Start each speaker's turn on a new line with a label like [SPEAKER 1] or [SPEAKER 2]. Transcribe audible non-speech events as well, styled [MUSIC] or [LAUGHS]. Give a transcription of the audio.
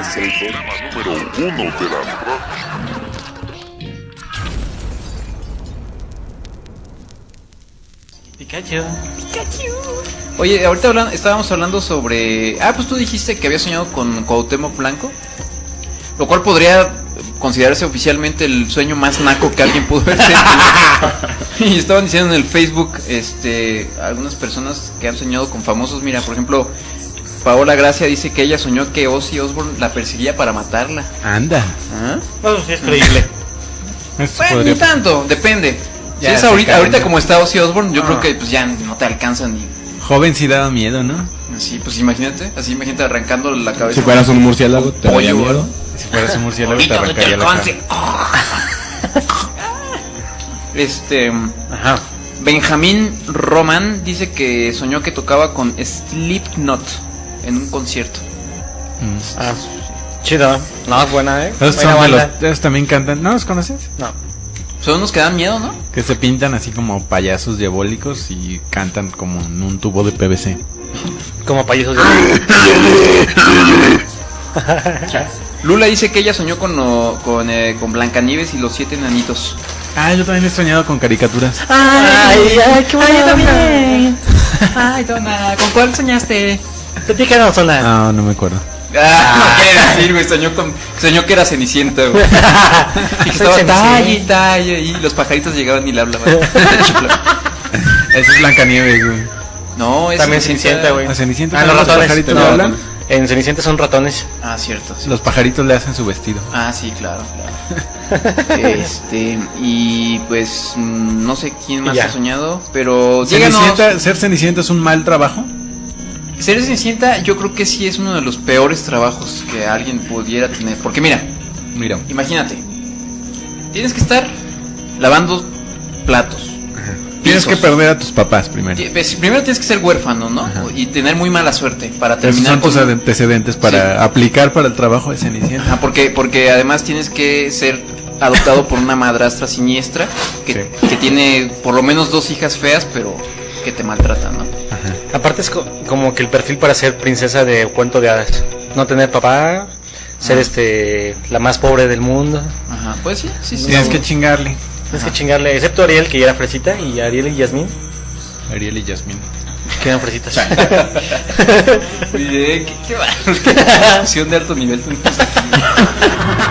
[SPEAKER 1] Este es el programa número uno de la radio.
[SPEAKER 2] Pikachu.
[SPEAKER 3] Oye, ahorita hablan- estábamos hablando sobre. Ah, pues tú dijiste que había soñado con Cuauhtémoc Blanco. Lo cual podría considerarse oficialmente el sueño más naco que alguien pudo haber tenido. y estaban diciendo en el Facebook este, algunas personas que han soñado con famosos. Mira, por ejemplo, Paola Gracia dice que ella soñó que Ozzy Osbourne la perseguía para matarla.
[SPEAKER 4] Anda.
[SPEAKER 3] ¿Ah?
[SPEAKER 2] Bueno, sí es creíble.
[SPEAKER 4] Esto
[SPEAKER 3] Pues,
[SPEAKER 4] podría-
[SPEAKER 3] ni tanto, depende.
[SPEAKER 4] Ya,
[SPEAKER 3] si es
[SPEAKER 4] se
[SPEAKER 3] ahorita,
[SPEAKER 4] acabó.
[SPEAKER 3] ahorita como está Ozzy Osbourne, yo
[SPEAKER 2] Ah.
[SPEAKER 3] creo que pues ya no te alcanza ni
[SPEAKER 4] Joven sí daba miedo, ¿no?
[SPEAKER 3] Así, pues imagínate, así imagínate arrancando la cabeza.
[SPEAKER 5] Si fueras un murciélago, te daría
[SPEAKER 3] Pollo,
[SPEAKER 5] miedo.
[SPEAKER 3] ¿no?
[SPEAKER 4] Si fueras un murciélago te
[SPEAKER 3] Ahorita me
[SPEAKER 4] arrancaría la cara.
[SPEAKER 3] alcance. Este
[SPEAKER 2] Ajá.
[SPEAKER 3] Benjamín Roman dice que soñó que tocaba con Slipknot en un concierto.
[SPEAKER 4] Mm.
[SPEAKER 2] Ah, chido. No, es buena, ¿eh?
[SPEAKER 4] Esos
[SPEAKER 2] Buena
[SPEAKER 4] son de los-
[SPEAKER 2] banda.
[SPEAKER 4] esos también cantan. ¿No los conoces?
[SPEAKER 2] No.
[SPEAKER 3] Son unos que dan miedo, ¿no?
[SPEAKER 4] Que se pintan así como payasos diabólicos y cantan como en un tubo de PVC.
[SPEAKER 2] Como payasos.
[SPEAKER 3] Lula dice que ella soñó con, o- con, eh, con Blancanieves y los siete enanitos.
[SPEAKER 4] Ah, yo también he soñado con caricaturas.
[SPEAKER 2] Ah. Ay, ay, qué bueno.
[SPEAKER 3] Ay, Dona, ¿con cuál soñaste?
[SPEAKER 2] Te dije que no suena.
[SPEAKER 4] No, no me acuerdo.
[SPEAKER 3] Ah, no quiere decir, güey, soñó, con, soñó que era
[SPEAKER 2] [LAUGHS]
[SPEAKER 3] Cenicienta, güey. Y que
[SPEAKER 2] Soy Cenicienta.
[SPEAKER 3] estaba talle y talle y los pajaritos llegaban y le hablaban.
[SPEAKER 2] [LAUGHS]
[SPEAKER 4] Esa es Blancanieves, güey.
[SPEAKER 3] no, es
[SPEAKER 2] También Cenicienta, güey.
[SPEAKER 4] ¿A Cenicienta
[SPEAKER 2] Ah, los
[SPEAKER 4] también los
[SPEAKER 2] ratones.
[SPEAKER 4] pajaritos
[SPEAKER 2] No,
[SPEAKER 4] le hablan?
[SPEAKER 2] En Cenicienta son ratones.
[SPEAKER 3] Ah, cierto. sí.
[SPEAKER 4] Los pajaritos le hacen su vestido.
[SPEAKER 3] Ah, sí, claro,
[SPEAKER 4] [LAUGHS]
[SPEAKER 3] claro. este, y pues mm, no sé quién más
[SPEAKER 2] Ya.
[SPEAKER 3] ha soñado, pero díganos.
[SPEAKER 4] Cenicienta, ¿Ser Cenicienta es un mal trabajo?
[SPEAKER 3] Ser Cenicienta, yo creo que sí es uno de los peores trabajos que alguien pudiera tener. Porque mira,
[SPEAKER 4] Mira.
[SPEAKER 3] imagínate, tienes que estar lavando platos.
[SPEAKER 4] Tienes que
[SPEAKER 3] Pisos.
[SPEAKER 4] perder a tus papás primero.
[SPEAKER 3] Ti- pues, Primero tienes que ser huérfano, ¿no?
[SPEAKER 4] Ajá.
[SPEAKER 3] Y tener muy mala suerte para
[SPEAKER 4] Esos
[SPEAKER 3] terminar
[SPEAKER 4] son tus
[SPEAKER 3] con-
[SPEAKER 4] antecedentes para
[SPEAKER 3] Sí.
[SPEAKER 4] aplicar para el trabajo de Cenicienta.
[SPEAKER 3] Ajá, porque, porque además tienes que ser adoptado por una madrastra siniestra que, que tiene por lo menos dos hijas feas, pero que te maltratan, ¿no?
[SPEAKER 2] Aparte es co- como que el perfil para ser princesa de cuento de hadas. No tener papá, ser este la más pobre del mundo.
[SPEAKER 3] Ajá, pues sí, sí, sí.
[SPEAKER 4] Tienes que chingarle.
[SPEAKER 2] Tienes que chingarle, excepto Ariel que ya era fresita y Ariel y Yasmín
[SPEAKER 4] Ariel y Yasmín.
[SPEAKER 2] que eran fresitas.
[SPEAKER 3] Muy bien, qué, qué bárbaro, [LAUGHS] qué discusión de alto nivel tenemos aquí.